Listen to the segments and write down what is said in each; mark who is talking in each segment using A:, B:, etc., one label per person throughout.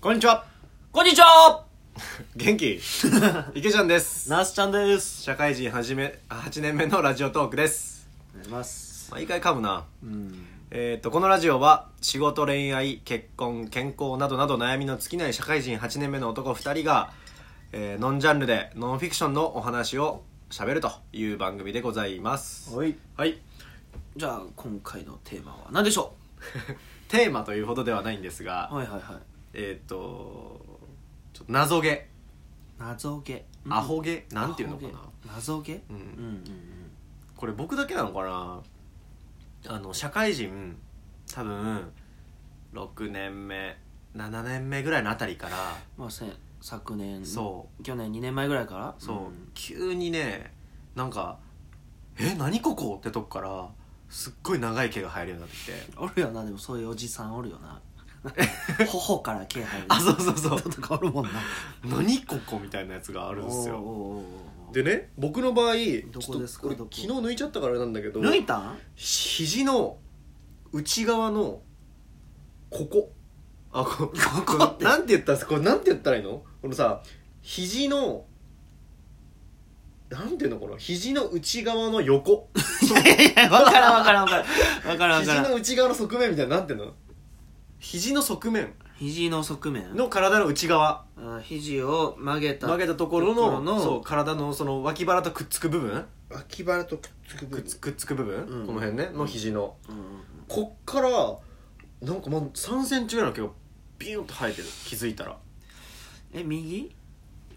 A: こんにちは
B: こんにちは
A: 元気 池ちゃんです
B: ナースちゃんです。
A: 社会人はじめ8年目のラジオトークです
B: お願いします。
A: 毎回噛むな
B: うん。
A: えっ、とこのラジオは仕事恋愛結婚健康などなど悩みの尽きない社会人8年目の男2人が、えーノンジャンルでノンフィクションのお話をしゃべるという番組でございます
B: はい。
A: はい
B: じゃあ、今回のテーマは何でしょ
A: テーマというほどではないんですが、
B: うはいはいはい。
A: えっ、とちょっと謎毛
B: 謎毛。
A: アホ毛、なんていうのかな
B: アホ毛謎毛
A: うん
B: うんうん
A: これ僕だけなのかなあの社会人多分6年目7年目ぐらいのあたりから
B: まあ、せ昨年、。
A: そう
B: 去年2年前ぐらいから
A: そう、
B: ん
A: 急にねなんか「え何ここ?」ってとこからすっごい長い毛が入るようになってきて
B: おるよな、でもそういうおじさんおるよ な。頬から毛入る。
A: あそうそうそう
B: 人とかおるもんな。
A: 「 何ここ?」みたいなやつがあるんですよ
B: おーおーおーおー
A: でね僕の場合
B: ど
A: ちょ
B: こ
A: っ
B: です
A: と
B: か
A: 俺
B: ど
A: 昨
B: こ
A: 日抜いちゃったからあれなんだけど
B: 抜いたん
A: 肘の内側のここあここ
B: こ
A: れ
B: って
A: なんて言ったらこれなんて言ったらいいのこのさ肘のなんていうのこの肘の内側の横
B: いや、わからん わからんわからん。わからんわか
A: 肘
B: らん。
A: の内側の側面みたいななんていうの肘の側面
B: 肘の側面。
A: の体の内側
B: あ肘を曲げた
A: 曲げたところの
B: ところの
A: そう体のその脇腹とくっつく部分
B: 脇腹とくっつく
A: くっつくっつく部分、
B: うん
A: この辺ねの肘の、
B: うんうん
A: こっからなんかまあ3センチぐらいの毛がビューンと生えてる気づいたら
B: え右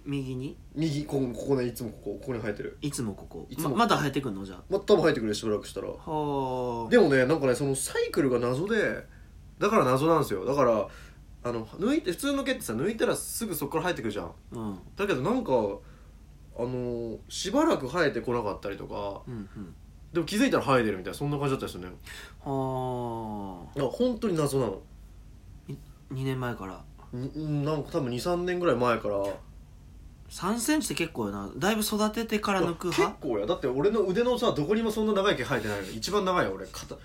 B: 右に
A: 右ここここねいつもここここに生えてる
B: いつもここ
A: いつも
B: ままだ生えてくんのじゃ
A: まあ多分生えてくるよしばらくしたら
B: あはあ
A: でもねなんかねそのサイクルが謎でだから謎なんですよだからあの抜いて普通の毛ってさ抜いたらすぐそこから生えてくるじゃん
B: うん
A: だけどなんかあのーしばらく生えてこなかったりとか
B: うん
A: でも気づいたら生えてるみたいなそんな感じだったりするね
B: うんはあ
A: だから本当に謎なの
B: 2年前から
A: にうんなんか多分23年ぐらい前から
B: 3センチって結構よなだいぶ育ててから抜く
A: いや
B: 派
A: 結構やだって俺の腕のさどこにもそんな長い毛生えてないの一番長いよ俺肩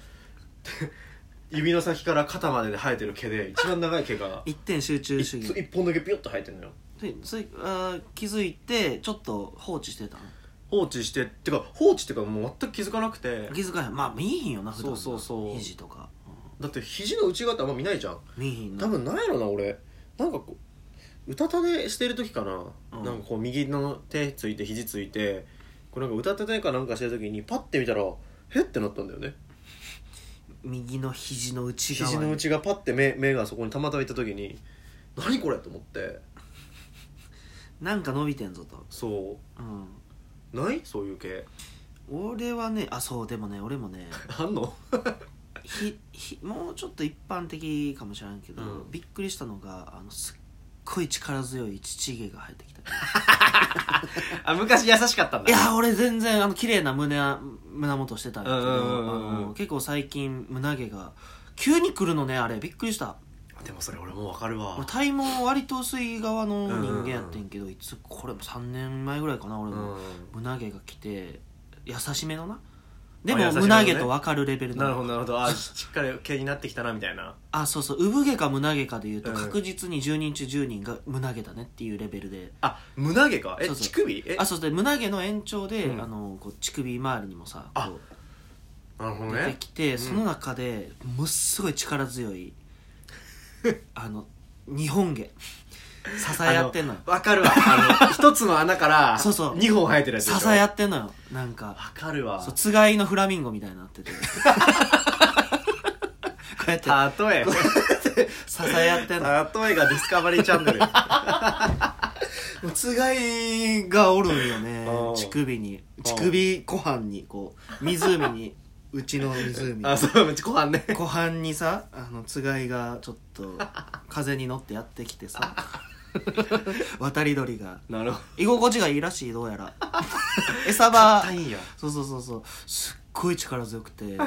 A: 指の先から肩までで生えてる毛で一番長い毛が
B: 一点集中主
A: 一
B: 義
A: 一本だけピュッと生えてるのよ
B: でそれあー気づいてちょっと放置してたの
A: 放置してってか放置ってかもう全く気づかなくて
B: 気づかへんまあ見えひんよな普段
A: そうそうそう
B: 肘とか、
A: だって肘の内側ってあんま見ないじゃん
B: うん見えひんな
A: 多分ないのな俺なんかこううたた寝してる時かな、
B: うん
A: なんかこう右の手ついて肘ついてこうなんかうたた寝かなんかしてる時にパッて見たらへってなったんだよね
B: 右の肘の内側に
A: 肘の内がパッて目目がそこにたまたまいった時に何これと思って
B: なんか伸びてんぞと
A: そ
B: うん
A: うないそういう系
B: 俺はねあそうでもね俺もね
A: あんの
B: ひひもうちょっと一般的かもしれんけど、
A: うん
B: びっくりしたのがあのすっごい力強い乳毛が生えてきた
A: あ昔優しかったん
B: いや俺全然あの綺麗な胸あ胸元してたんやけど、
A: うんうんうんうん
B: あの結構最近胸毛が急に来るのねあれびっくりした
A: でもそれ俺もわかるわ
B: 俺体毛割と薄い側の人間やってんけど、いつこれも3年前ぐらいかな
A: う
B: 俺も、
A: ん
B: 胸毛が来て優しめのなでも
A: 優しめのね
B: 胸毛と分かるレベルの
A: なるほどなるほ どあしっかり毛になってきたなみたいな
B: あそうそう産毛か胸毛かでいうと
A: うん
B: 確実に10人中10人が胸毛だねっていうレベルで、
A: あ胸毛かえ
B: そうそう
A: 乳首え
B: あそうで胸毛の延長で、
A: うん
B: あのこう乳首周りにもさ
A: あ
B: こ
A: なるほ
B: う
A: ど
B: 出て
A: ね
B: きて、その中でものすごい力 強いあの日本毛支え合ってんのよ
A: あわかるわ あの一つの穴から
B: そうそう
A: 2本生えてるやつ
B: 支
A: でしょ
B: え合ってんのよなんか
A: わかるわ
B: そうつがいのフラミンゴみたいになっ ててこうやって
A: 例え
B: 支え合ってんの
A: 例えがディスカバリーチャンネ ル
B: もうつがいがおるんよね
A: うん
B: 乳首に乳首湖畔にこう湖にうちの湖に
A: あそううちご飯ね
B: 湖畔にさあのつがいがちょっと風に乗ってやってき てさ渡り鳥が
A: なるほ
B: 居心地がいいらしいどう やら餌場
A: どいいや
B: そうそうそうそうすっごい力強くてな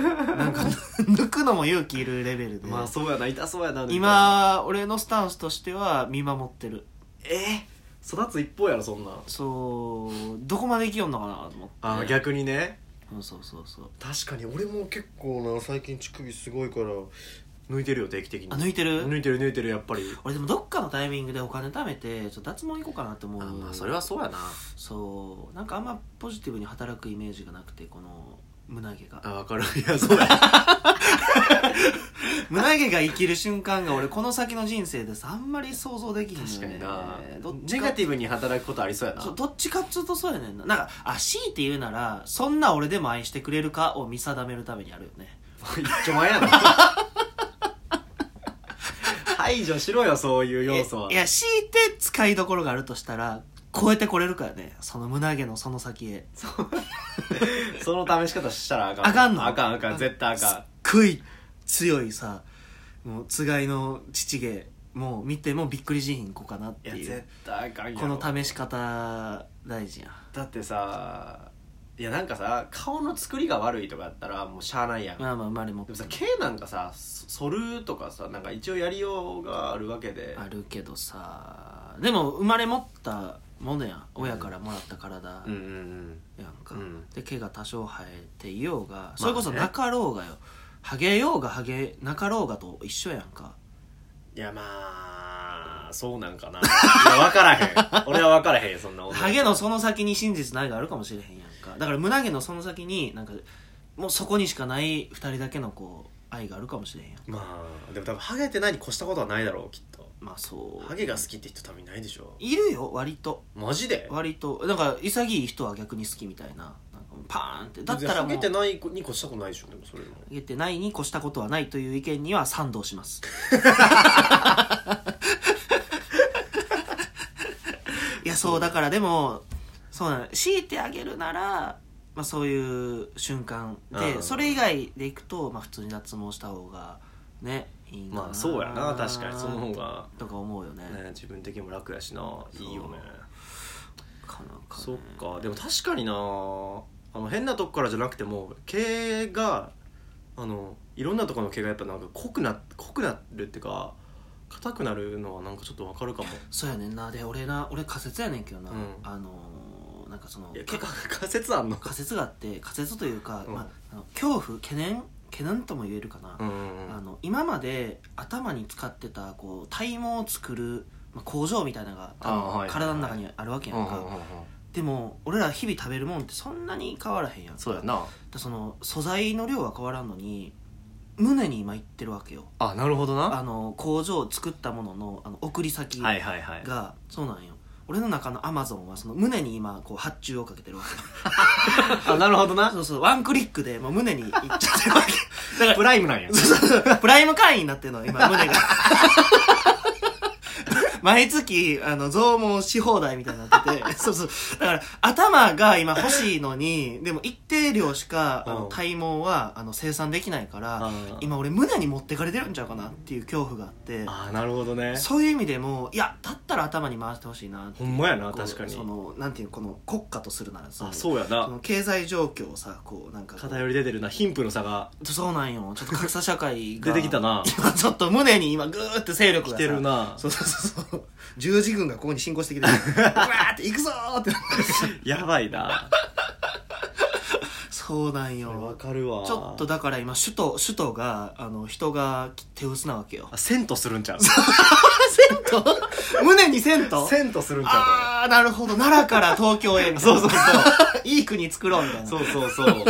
B: んか 抜くのも勇気いるレベルで、
A: まあそうやな痛そうやな
B: 今俺のスタンスとしては見守ってる
A: え育つ一方やろそんな
B: そうどこまで生きよんのかなと思って
A: あー逆にね
B: うんそうそうそう
A: 確かに俺も結構な最近乳首すごいから抜いてるよ定期的に
B: あ抜いてる
A: 抜いてる抜いてるやっぱり
B: 俺でもどっかのタイミングでお金貯めてちょっと脱毛行こうかなって思う
A: はそうやな
B: そうなんかあんまポジティブに働くイメージがなくてこの胸毛が
A: あ分かる いやそう や
B: 胸毛が生きる瞬間が俺この先の人生でさあんまり想像できへんのよ
A: 確か
B: ね
A: にな
B: どっちか
A: ネガティブに働くことありそうやな
B: そうどっちかっつうとそうやねんななんかあ強いて言うならそんな俺でも愛してくれるかを見定めるためにあるよね
A: 一丁前やな 排除しろよそういう要素は
B: えいや強いて使いどころがあるとしたら超えてこれるかよねその胸毛のその先へ
A: その試し方したらあかん
B: あかんの
A: あかんあかん絶対あか
B: すっ
A: ん
B: ごい強いさもうつがいの父毛もう見てもびっくりしひんこかなって
A: いや
B: い
A: 絶
B: う
A: 対あかんよ
B: この試し方大事や
A: だってさいやなんかさ顔の作りが悪いとかやったらもうしゃあないやん、
B: まあまあ生まれも
A: でもさ毛なんかさそ剃るとかさなんか一応やりようがあるわけで
B: あるけどさでも生まれ持ったものやん親からもらった体やん
A: うんうんうん
B: か、
A: うん
B: で毛が多少生えていよう
A: あ
B: がそれこそ
A: ね
B: なかろうがよハゲようがハゲなかろうがと一緒やんか
A: いやまあそうなんかないや分からへ ん俺は分からへんよそんな女
B: ハゲのその先に真実ないがあるかもしれへんやんかだから胸毛のその先になんかもうそこにしかない2人だけのこう愛があるかもしれへんやん
A: まあでも多分ハゲてないに越したことはないだろうきっと
B: まあそう
A: ハゲが好きって人多分いないでしょ
B: いるよ割と
A: マジで
B: 割となんか潔い人は逆に好きみたいななんかもうパーンってだったら
A: ハ
B: もう
A: ゲてないに越したことないでしょでもそれも
B: ハゲてないに越したことはないという意見には賛同します いやそうだからでもそうなの強いてあげるなら、まあ、そういう瞬間
A: う
B: で
A: ん
B: それ以外でいくと、まあ、普通に脱毛した方がねいいんかな
A: まあそうやな確かにその方が、
B: とか思うよね
A: ね、自分的にも楽やしな
B: そう
A: いいよね
B: かなか、ね、
A: そっかでも確かになあの変なとこからじゃなくても毛があのいろんなところの毛がやっぱなんか濃くな濃くなるっていうか硬くなるのはなんかちょっとわかる かも
B: そうやねんなで俺な俺仮説やねんけどな、
A: うん
B: あのーなんかその
A: いや 結構仮説あんの
B: 仮説があって仮説というか、
A: うん
B: まあ、あの恐怖懸念懸念とも言えるかな、
A: うんうん
B: あの今まで頭に使ってたこう体毛を作る、まあ、工場みたいなのが多分
A: あーはい
B: 体の中にあるわけやんか、
A: うんうんうんうん
B: でも俺ら日々食べるもんってそんなに変わらへんやんか
A: そうやな
B: だその素材の量は変わらんのに胸に今いってるわけよ
A: あなるほどな
B: あの工場を作ったもののあの送り先が、
A: はいはいはい
B: そうなんよ俺の中のアマゾンはその胸に今こう発注をかけてるわけ
A: あなるほどな
B: そうそう、ワンクリックでもう胸にいっちゃってるわけ。だ か
A: プライム なんや
B: ら、プライム会員になってるの、今、胸が。 毎月、あの、増毛し放題みたいになってて、 そうそう。だから、頭が今欲しいのに、でも一定量しか、あ
A: う
B: の
A: ん
B: 体毛は、あの、生産できないから、今俺胸に持ってかれてるんちゃうかなっていう恐怖があって、
A: あなるほどね
B: そういう意味でも、いや、だったら頭に回してほしいなって
A: ほんまやな
B: こう
A: 確かに
B: その、なんていうのこの国家とするならさ、
A: あそうやな
B: その経済状況をさ、こう、なんかこう、
A: 偏り出てるな貧富の差が
B: そうなんよちょっと格差社会が
A: 出てきたな
B: 今 ちょっと胸に今グーって勢力
A: 来
B: がさ
A: てるな
B: そうそうそうそう十字軍がここに進行して きてるうわーって行くぞーって
A: やばい な
B: そうなん
A: わ
B: よ
A: かるわ
B: ちょっとだから今首都首都があの人が手薄なわけよ
A: あセントするんちゃう
B: 銭湯胸に銭湯
A: セントするんちゃ
B: ああなるほど奈良から東京へみたい
A: そう
B: な
A: そうそう
B: いい国作ろうみたいうな
A: これそうそうそう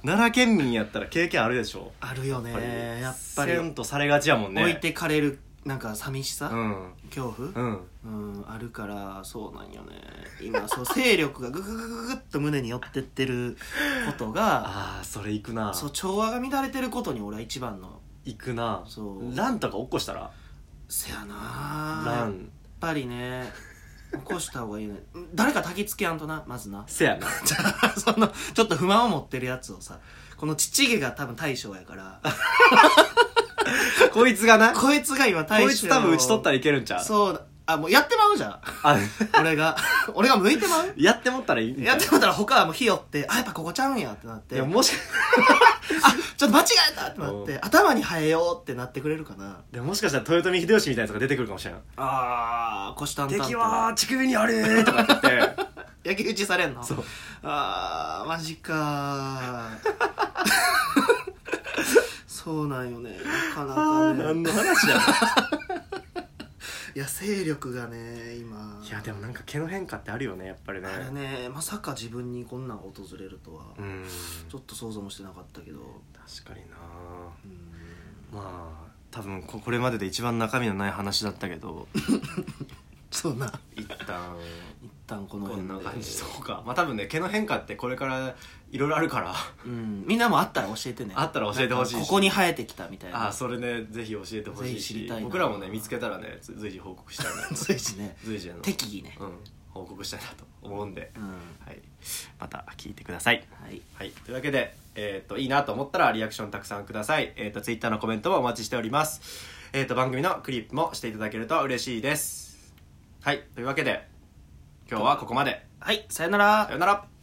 A: 奈良県民やったら経験あるでしょ
B: あるよねやっぱり
A: セントされがちやもんね
B: 置いてかれるなんか寂しさ、
A: うん
B: 恐怖、
A: うん
B: うんあるからそうなんよね今そう勢力がグググググッと胸に寄ってってることが
A: ああそれ行くな
B: そう調和が乱れてることに俺は一番の
A: 行くな
B: そう
A: ランとか起こしたら
B: せやな
A: ラ
B: やっ
A: ン
B: ぱりね起こした方がいいね 誰か焚きつけやんとなま ずな
A: せやな
B: じゃあそのちょっと不満を持ってるやつをさこの父毛が多分大将やから
A: こいつがなこ
B: こいつが今大将
A: いつ多分打ち取ったらいけるんちゃう
B: そうだあもうやってま うじゃん
A: あ
B: 俺が俺が向いてまう
A: やってもったらいいんちゃ
B: や
A: う
B: ってもったら他はもう火よってあやっぱここちゃうんやってなって
A: いやもし か
B: あちょっと間違えたってなっ
A: う
B: て頭に生えようってなってくれるかな
A: でももしかしたら豊臣秀吉みたいなやつが出てくるかもしれん
B: ああ腰たんたん
A: 敵は乳首にあるとか言って
B: 焼き討ちされんの
A: そう
B: ああマジかーそそうなんよねなか な
A: あ
B: か
A: ー何の
B: ね
A: 話だ
B: いや勢力がね今
A: いやでもなんか毛の変化ってあるよねやっぱりね
B: あれねまさか自分にこんなんが訪れるとは、
A: うん
B: ちょっと想像もしてなかったけど
A: 確かにな
B: うん
A: まあ多分ここれまでで一番中身のない話だったけ ど
B: そうな
A: 一旦
B: 一旦この
A: こ
B: 辺
A: ん
B: で
A: な感じとかまあ多分ね毛の変化ってこれからいろいろあるから
B: うん、みんなもあったら教えてね
A: あったら教えてほしいし
B: なんかここに生えてきたみたいな
A: あーそれねぜひ教えてほしい
B: ぜひ知
A: し
B: りたいな
A: 僕らもね見つけたらね随時報告したい な
B: そうですね
A: 随時あの
B: 適宜ね
A: うん報告したいなと思うんで、
B: うん
A: はい、また聞いてください
B: はい
A: はい、というわけで、えっといいなと思ったらリアクションたくさんください、えっと Twitter のコメントもお待ちしております、えっと番組のクリップもしていただけると嬉しいですはいというわけで今日はここまで
B: はいさよなら
A: さようなら